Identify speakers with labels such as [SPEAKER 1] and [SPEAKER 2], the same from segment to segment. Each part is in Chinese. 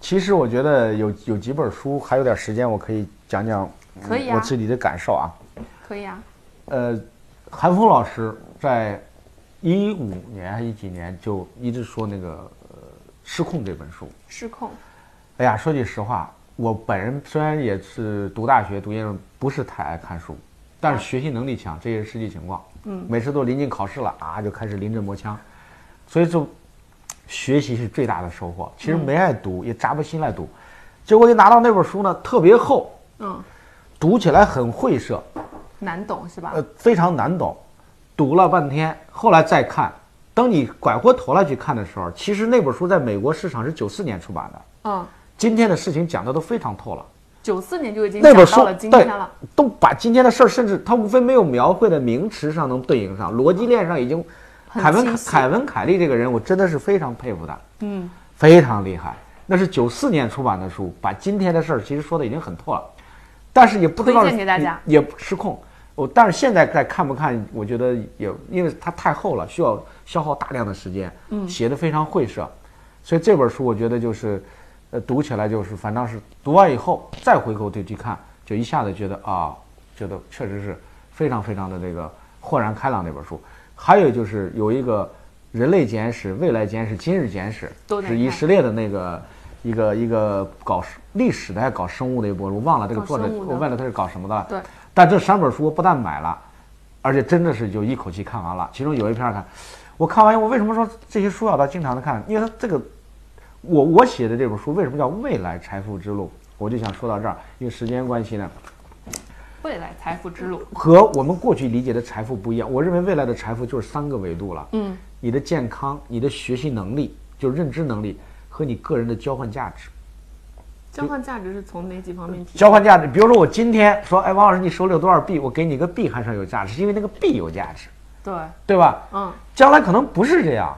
[SPEAKER 1] 其实我觉得有有几本书，还有点时间，我可以讲讲嗯
[SPEAKER 2] 可以啊
[SPEAKER 1] 我自己的感受啊。
[SPEAKER 2] 可以啊，
[SPEAKER 1] 呃，韩风老师在一五年还一几年就一直说那个呃《失控》这本书。
[SPEAKER 2] 失控，
[SPEAKER 1] 哎呀，说句实话，我本人虽然也是读大学读研究生，不是太爱看书，但是学习能力强，这也是实际情况。
[SPEAKER 2] 嗯，
[SPEAKER 1] 每次都临近考试了啊，就开始临阵磨枪，所以就学习是最大的收获。其实没爱读，也扎不心来读，结果一拿到那本书呢，特别厚，
[SPEAKER 2] 嗯，
[SPEAKER 1] 读起来很晦涩，
[SPEAKER 2] 难懂是吧？
[SPEAKER 1] 呃，非常难懂，读了半天，后来再看，当你拐过头来去看的时候，其实那本书在美国市场是九四年出版的，
[SPEAKER 2] 嗯，
[SPEAKER 1] 今天的事情讲的都非常透了。
[SPEAKER 2] 九四年就已经
[SPEAKER 1] 那
[SPEAKER 2] 讲
[SPEAKER 1] 本书
[SPEAKER 2] 到了今天了，
[SPEAKER 1] 都把今天的事儿，甚至它无非没有描绘的名词上能对应上，逻辑链上已经。
[SPEAKER 2] 很
[SPEAKER 1] 凯文
[SPEAKER 2] 清
[SPEAKER 1] 凯
[SPEAKER 2] 晰
[SPEAKER 1] 凯文凯利这个人，我真的是非常佩服他，
[SPEAKER 2] 嗯，
[SPEAKER 1] 非常厉害。那是九四年出版的书，把今天的事儿其实说的已经很透了，但是也不知道
[SPEAKER 2] 推荐给大家
[SPEAKER 1] 也不失控。我但是现在再看不看，我觉得也因为它太厚了，需要消耗大量的时间，嗯，写的非常晦涩，所以这本书我觉得就是，呃，读起来就是反正是读完以后再回头去去看，就一下子觉得啊，觉得确实是非常非常的这个豁然开朗这本书。还有就是有一个《人类简史》《未来简史》《今日简史
[SPEAKER 2] 都》，得
[SPEAKER 1] 是以
[SPEAKER 2] 看
[SPEAKER 1] 色列的那个一个一个搞历史的，还搞生物的一本书，我忘了这个
[SPEAKER 2] 搞
[SPEAKER 1] 作者，
[SPEAKER 2] 生物的
[SPEAKER 1] 我忘了他是搞什么的。
[SPEAKER 2] 对。
[SPEAKER 1] 但这三本书我不但买了，而且真的是就一口气看完了。其中有一篇儿看，我看完我为什么说这些书要到经常的看？因为它这个我我写的这本书为什么叫《未来财富之路》？我就想说到这儿，因为时间关系呢，
[SPEAKER 2] 未来财富之路，
[SPEAKER 1] 和我们过去理解的财富不一样。我认为未来的财富就是三个维度了。
[SPEAKER 2] 嗯，
[SPEAKER 1] 你的健康、你的学习能力，就是认知能力和你个人的交换价值。
[SPEAKER 2] 交换价值是从哪几方面提？
[SPEAKER 1] 交换价值，比如说我今天说，哎，王老师，你手里有多少币？我给你一个币，还算有价值，是因为那个币有价值，
[SPEAKER 2] 对，
[SPEAKER 1] 对吧？
[SPEAKER 2] 嗯，
[SPEAKER 1] 将来可能不是这样，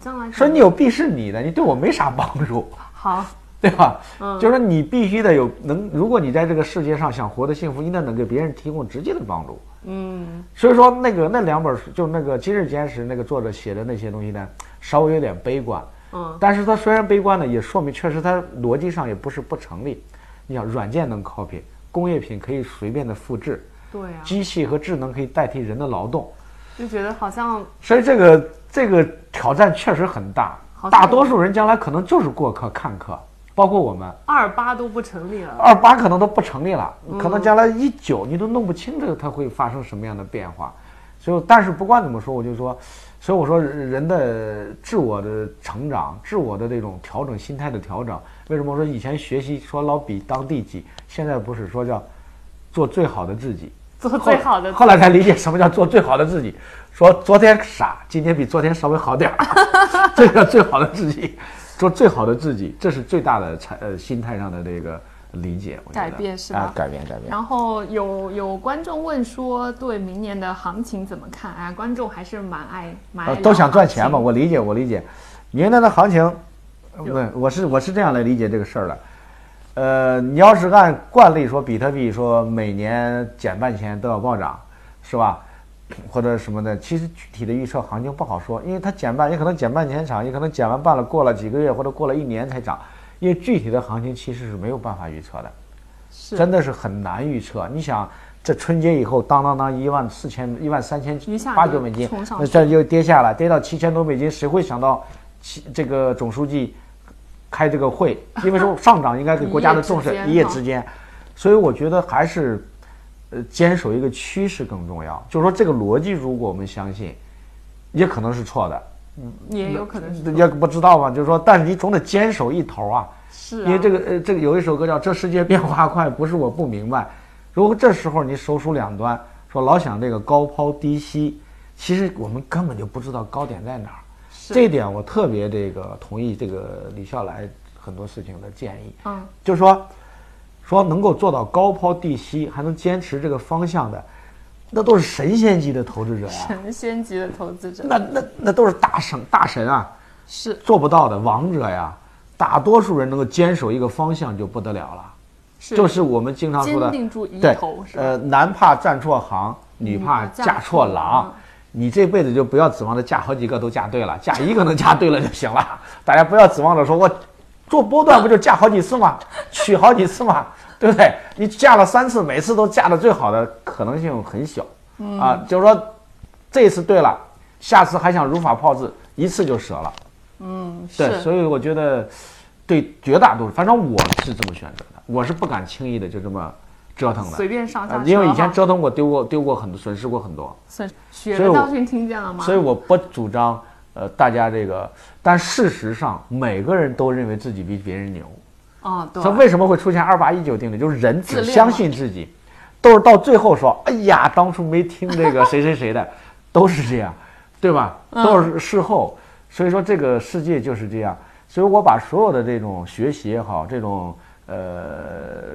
[SPEAKER 2] 将来
[SPEAKER 1] 说你有币是你的，你对我没啥帮助，
[SPEAKER 2] 好，
[SPEAKER 1] 对吧？
[SPEAKER 2] 嗯
[SPEAKER 1] 就是说你必须得有能，如果你在这个世界上想活得幸福，一定能给别人提供直接的帮助。
[SPEAKER 2] 嗯，
[SPEAKER 1] 所以说，那个那两本书，就那个《今日简史》那个作者写的那些东西呢，稍微有点悲观。
[SPEAKER 2] 嗯，
[SPEAKER 1] 但是他虽然悲观呢，也说明确实他逻辑上也不是不成立。你想，软件能 copy，工业品可以随便的复制，
[SPEAKER 2] 对呀、
[SPEAKER 1] 机器和智能可以代替人的劳动，
[SPEAKER 2] 就觉得好像
[SPEAKER 1] 所以这个这个挑战确实很大
[SPEAKER 2] 好。像
[SPEAKER 1] 大多数人将来可能就是过客、看客，包括我们。
[SPEAKER 2] 二八都不成立了。
[SPEAKER 1] 二八可能都不成立了，可能将来一九你都弄不清这个它会发生什么样的变化。所以，但是不管怎么说，我就说，所以我说人的自我的成长、自我的这种调整、心态的调整，为什么我说以前学习说老比当地级，现在不是说叫做最好的自己，
[SPEAKER 2] 做最好的
[SPEAKER 1] 后后来才理解什么叫做最好的自己，说昨天傻，今天比昨天稍微好点儿， 这叫最好的自己，做最好的自己，这是最大的才呃心态上的这个理解，我觉得
[SPEAKER 2] 改变是
[SPEAKER 1] 啊
[SPEAKER 2] 吧，
[SPEAKER 1] 改变改变。
[SPEAKER 2] 然后有有观众问说，对明年的行情怎么看啊？观众还是蛮爱蛮爱、
[SPEAKER 1] 呃，都想赚钱嘛，。我理解，我理解。明年的行情，呃不，我是我是这样来理解这个事儿的。呃，你要是按惯例说，比特币说每年减半钱都要暴涨，是吧？或者什么的，其实具体的预测行情不好说，因为它减半也可能减半前涨，也可能减完半了过了几个月或者过了一年才涨，因为具体的行情其实是没有办法预测的。
[SPEAKER 2] 是
[SPEAKER 1] 真的是很难预测。你想，这春节以后，当当当一万四千、一万三千
[SPEAKER 2] 一下
[SPEAKER 1] 八
[SPEAKER 2] 就
[SPEAKER 1] 九美金
[SPEAKER 2] 冲上，
[SPEAKER 1] 那
[SPEAKER 2] 去
[SPEAKER 1] 这就跌下来，跌到七千多美金，谁会想到其这个总书记开这个会？因为说上涨应该给国家的重视，
[SPEAKER 2] 一夜之间
[SPEAKER 1] 一夜
[SPEAKER 2] 哈
[SPEAKER 1] 之间，所以我觉得还是呃坚守一个趋势更重要。就是说，这个逻辑如果我们相信，也可能是错的，
[SPEAKER 2] 也有可能是
[SPEAKER 1] 也不知道嘛。就是说，但是你总得坚守一头啊。
[SPEAKER 2] 是、啊，
[SPEAKER 1] 因为这个呃，这个有一首歌叫《这世界变化快》，不是我不明白。如果这时候你手鼠两端，说老想这个高抛低吸，其实我们根本就不知道高点在哪儿。
[SPEAKER 2] 是
[SPEAKER 1] 这一点我特别这个同意这个李笑来很多事情的建议，
[SPEAKER 2] 嗯
[SPEAKER 1] 就是说，说能够做到高抛低吸，还能坚持这个方向的，那都是神仙级的投资者呀、
[SPEAKER 2] 神仙级的投资者
[SPEAKER 1] 那那那都是大神大神啊。
[SPEAKER 2] 是
[SPEAKER 1] 做不到的王者呀，大多数人能够坚守一个方向就不得了了。
[SPEAKER 2] 是
[SPEAKER 1] 就是我们经常说的，
[SPEAKER 2] 坚定住一
[SPEAKER 1] 对
[SPEAKER 2] 头是吧嗯
[SPEAKER 1] 呃，男怕站错行，女怕嫁错郎。你这辈子就 不要指望着嫁好几个都嫁对了，嫁一个能嫁对了就行了。大家不要指望着说我做波段不就架好几次 吗？取好几次吗？对不对？你架了三次，每次都架的最好的可能性很小，
[SPEAKER 2] 嗯
[SPEAKER 1] 啊，就是说这一次对了，下次还想如法炮制，一次就折了。
[SPEAKER 2] 嗯，
[SPEAKER 1] 对，
[SPEAKER 2] 是
[SPEAKER 1] 所以我觉得对绝大多数，反正我是这么选择的，我是不敢轻易的就这么折腾的
[SPEAKER 2] 随，便上下
[SPEAKER 1] 呃
[SPEAKER 2] 车
[SPEAKER 1] 因为以前
[SPEAKER 2] 哈
[SPEAKER 1] 折腾过，丢过丢过很多，损失过很多，
[SPEAKER 2] 损学
[SPEAKER 1] 所以
[SPEAKER 2] 的
[SPEAKER 1] 我
[SPEAKER 2] 教训听见了吗？
[SPEAKER 1] 所以我不主张呃大家这个，但事实上每个人都认为自己比别人牛，
[SPEAKER 2] 啊，对
[SPEAKER 1] 所以为什么会出现二八一九定律？就是人
[SPEAKER 2] 自
[SPEAKER 1] 只
[SPEAKER 2] 恋嘛
[SPEAKER 1] 相信自己，都是到最后说，哎呀， 当初没听这个谁谁谁的， 都是这样，对吧？
[SPEAKER 2] 嗯
[SPEAKER 1] 都是事后，所以说这个世界就是这样。所以我把所有的这种学习也好，这种呃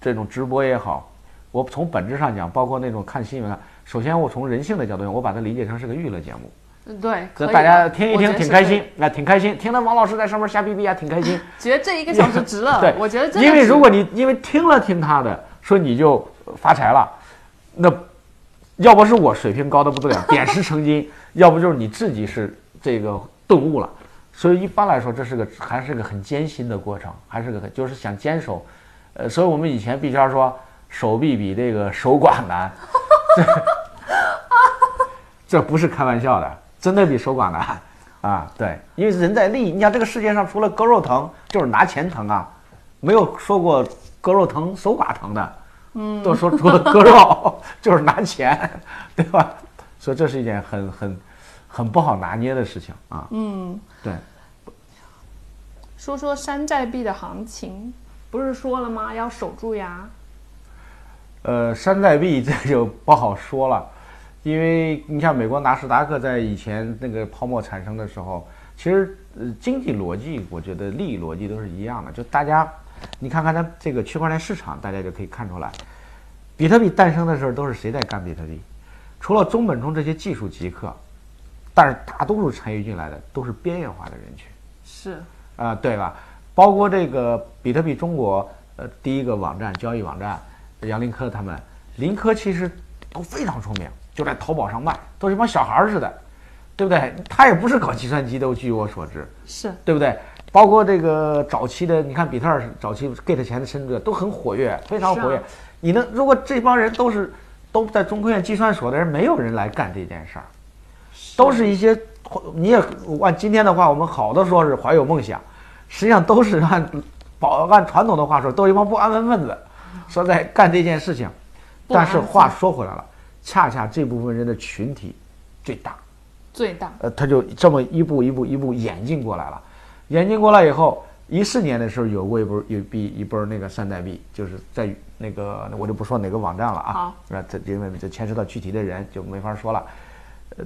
[SPEAKER 1] 这种直播也好，我从本质上讲，包括那种看新闻啊，首先我从人性的角度讲，我把它理解成是个娱乐节目。
[SPEAKER 2] 嗯对，
[SPEAKER 1] 这
[SPEAKER 2] 可以的
[SPEAKER 1] 大家听一
[SPEAKER 2] 我觉
[SPEAKER 1] 听，
[SPEAKER 2] 得
[SPEAKER 1] 挺
[SPEAKER 2] 是
[SPEAKER 1] 开
[SPEAKER 2] 可以
[SPEAKER 1] 心，啊，挺开心。听到王老师在上面瞎逼逼啊，挺开心。
[SPEAKER 2] 觉得这一个小时值了。
[SPEAKER 1] 对，
[SPEAKER 2] 我觉得真的
[SPEAKER 1] 因为
[SPEAKER 2] 是
[SPEAKER 1] 如果你因为听了听他的，说你就呃发财了，那要不是我水平高的不得 了，点石成金；要不就是你自己是这个顿悟了。所以一般来说，这是个还是个很艰辛的过程，还是个很就是想坚守。呃，所以我们以前必圈说手臂比这个手寡难， 这这不是开玩笑的，真的比手寡难。啊，对，因为人在利益，你想这个世界上除了割肉疼就是拿钱疼啊，没有说过割肉疼、手寡疼的，嗯，都说除了割肉 就是拿钱， 对吧？所以这是一件很很很不好拿捏的事情啊。嗯，对，
[SPEAKER 2] 说说山寨币的行情，不是说了吗？要守住呀。
[SPEAKER 1] 呃，山寨币 这就不好说了，因为你像美国纳斯达克在以前那个泡沫产生的时候，其实呃经济逻辑，我觉得利益逻辑都是一样的，就大家，你看看它这个区块链市场，大家就可以看出来，比特币诞生的时候都是谁在干比特币？除了中本聪这些技术极客，但是大多数参与进来的都是边缘化的人群。
[SPEAKER 2] 是，
[SPEAKER 1] 啊、对吧？包括这个比特币中国呃第一个网站交易网站，杨林科他们，林科其实都非常出名，就在淘宝上卖，都是一帮小孩儿似的，对不对？他也不是搞计算机的，我据我所知，
[SPEAKER 2] 是，
[SPEAKER 1] 对不对？包括这个早期的，你看比特尔早期 get 钱的深圳都很活跃，非常活跃。
[SPEAKER 2] 是啊
[SPEAKER 1] 你能如果这帮人都是都在中科院计算所的人，没有人来干这件事儿，都是一些你也按今天的话，我们好的说是怀有梦想，实际上都是按保按传统的话说，都是一帮不安分分子，说在干这件事情。
[SPEAKER 2] 不安
[SPEAKER 1] 但是
[SPEAKER 2] 分
[SPEAKER 1] 话说回来了，恰恰这部分人的群体最大，
[SPEAKER 2] 最大。
[SPEAKER 1] 呃，他就这么一步一步一步演进过来了。演进过来以后，一四年的时候有过一波有币一波那个山寨币，就是在那个我就不说哪个网站了啊
[SPEAKER 2] 好，
[SPEAKER 1] 那这因为这牵涉到具体的人就没法说了。呃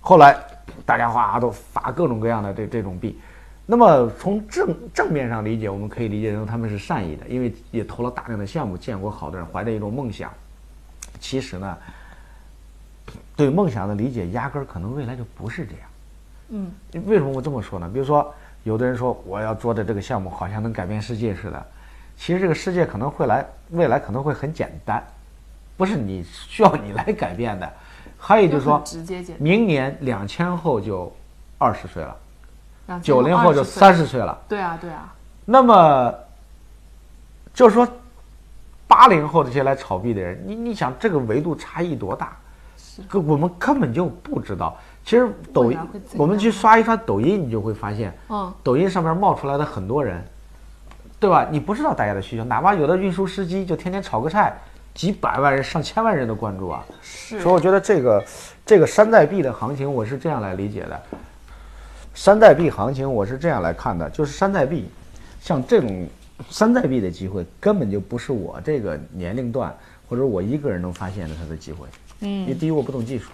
[SPEAKER 1] 后来大家哗都发各种各样的这这种币，那么从正正面上理解，我们可以理解成他们是善意的，因为也投了大量的项目，见过好的人，怀着一种梦想。其实呢，对梦想的理解压根儿可能未来就不是这样。
[SPEAKER 2] 嗯，
[SPEAKER 1] 为什么我这么说呢？比如说，有的人说我要做的这个项目好像能改变世界似的，其实这个世界可能会来，未来可能会很简单，不是你需要你来改变的。还有就是
[SPEAKER 2] 就
[SPEAKER 1] 说
[SPEAKER 2] 很，直接简单。
[SPEAKER 1] 明年两千后就二十岁了，
[SPEAKER 2] 两千
[SPEAKER 1] 九零后就
[SPEAKER 2] 20岁。
[SPEAKER 1] 三十岁了。
[SPEAKER 2] 对啊，对啊，
[SPEAKER 1] 那么，就说八零后这些来炒币的人，你你想这个维度差异多大？
[SPEAKER 2] 是
[SPEAKER 1] 可我们根本就不知道。其实抖
[SPEAKER 2] 未
[SPEAKER 1] 音
[SPEAKER 2] 来会怎，样
[SPEAKER 1] 我们去刷一刷抖音，你就会发现，
[SPEAKER 2] 嗯，
[SPEAKER 1] 抖音上面冒出来的很多人，对吧？你不知道大家的需求，哪怕有的运输司机就天天炒个菜，几百万人、上千万人的关注啊。
[SPEAKER 2] 是
[SPEAKER 1] 所以我觉得这个这个山寨币的行情，我是这样来理解的。山寨币行情我是这样来看的，就是山寨币，像这种山寨币的机会，根本就不是我这个年龄段或者我一个人能发现的它的机会。嗯，因为第一我不懂技术，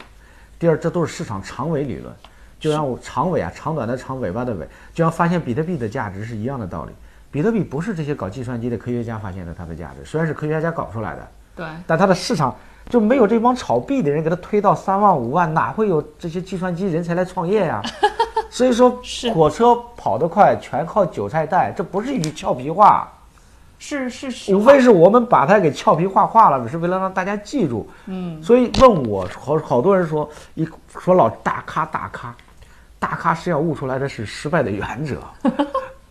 [SPEAKER 1] 第二这都是市场长尾理论，就像我长尾啊，长短的长，尾巴的尾，就像发现比特币的价值是一样的道理。比特币不是这些搞计算机的科学家发现的它的价值，虽然是科学家搞出来的，
[SPEAKER 2] 对，
[SPEAKER 1] 但它的市场就没有这帮炒币的人给它推到三万五万，哪会有这些计算机人才来创业呀、所以说，火车跑得快全靠韭菜带，这不是一句俏皮话，
[SPEAKER 2] 是是是，
[SPEAKER 1] 无非是我们把它给俏皮化化了，只是为了让大家记住。嗯，所以问我好好多人说一说老大咖大咖，大咖实际上悟出来的是失败的原则。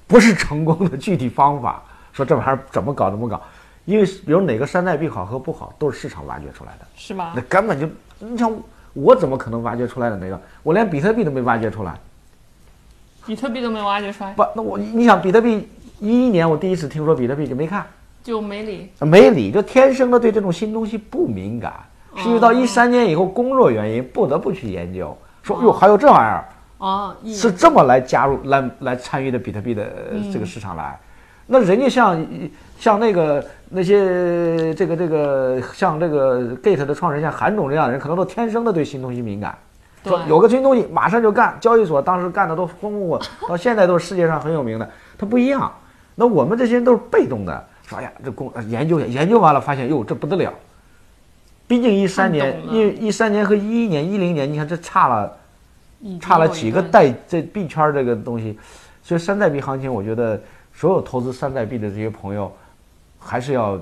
[SPEAKER 1] 不是成功的具体方法，说这玩意儿怎么搞怎么搞，因为比如哪个山寨币好和不好，都是市场挖掘出来的，
[SPEAKER 2] 是吧
[SPEAKER 1] 那？根本就你像我怎么可能挖掘出来的那个？我连比特币都没挖掘出来。
[SPEAKER 2] 比特币都没挖掘出来，
[SPEAKER 1] 不，那我你想比特币一一年我第一次听说比特币就没看，
[SPEAKER 2] 就没理。
[SPEAKER 1] 没理，就天生的对这种新东西不敏感，是因为到一三年以后工作原因不得不去研究，说哟还有这玩意儿。
[SPEAKER 2] 哦，一
[SPEAKER 1] 是这么来加入来来参与的比特币的呃
[SPEAKER 2] 嗯
[SPEAKER 1] 这个市场来。那人家像像那个那些这个这个像这个 Gate 的创始人像韩总这样的人，可能都天生的对新东西敏感，
[SPEAKER 2] 对
[SPEAKER 1] 说有个新东西马上就干。交易所当时干的都风风火，火，到现在都是世界上很有名的。它不一样，那我们这些人都是被动的，说哎呀这工呃研究一下研究完了发现哟这不得了。毕竟一三年
[SPEAKER 2] 看懂了
[SPEAKER 1] 一一三年和一一年一零年，你看这差了。
[SPEAKER 2] 已经
[SPEAKER 1] 差了
[SPEAKER 2] 有一
[SPEAKER 1] 几个代这币圈儿这个东西，所以山寨币行情，我觉得所有投资山寨币的这些朋友，还是要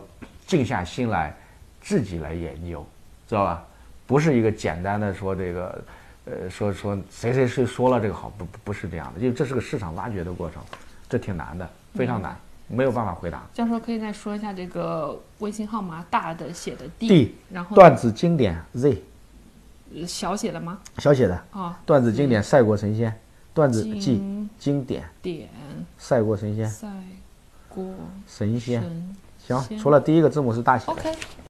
[SPEAKER 1] 静下心来，自己来研究，知道吧？不是一个简单的说这个，呃，说说谁谁谁说了这个好，不不不是这样的，因为这是个市场挖掘的过程，这挺难的，非常难，
[SPEAKER 2] 嗯
[SPEAKER 1] 没有办法回答。
[SPEAKER 2] 教授可以再说一下这个微信号码，大的写的 D，,
[SPEAKER 1] D
[SPEAKER 2] 然后
[SPEAKER 1] 段子经典 Z
[SPEAKER 2] 呃小写的吗？
[SPEAKER 1] 小写的
[SPEAKER 2] 哦，
[SPEAKER 1] 段子经典赛过神仙，段子记
[SPEAKER 2] 经
[SPEAKER 1] 经典
[SPEAKER 2] 典
[SPEAKER 1] 赛过神仙
[SPEAKER 2] 赛过
[SPEAKER 1] 神仙。
[SPEAKER 2] 神
[SPEAKER 1] 行，
[SPEAKER 2] 仙
[SPEAKER 1] 除了第一个字母是大写的。
[SPEAKER 2] ，OK。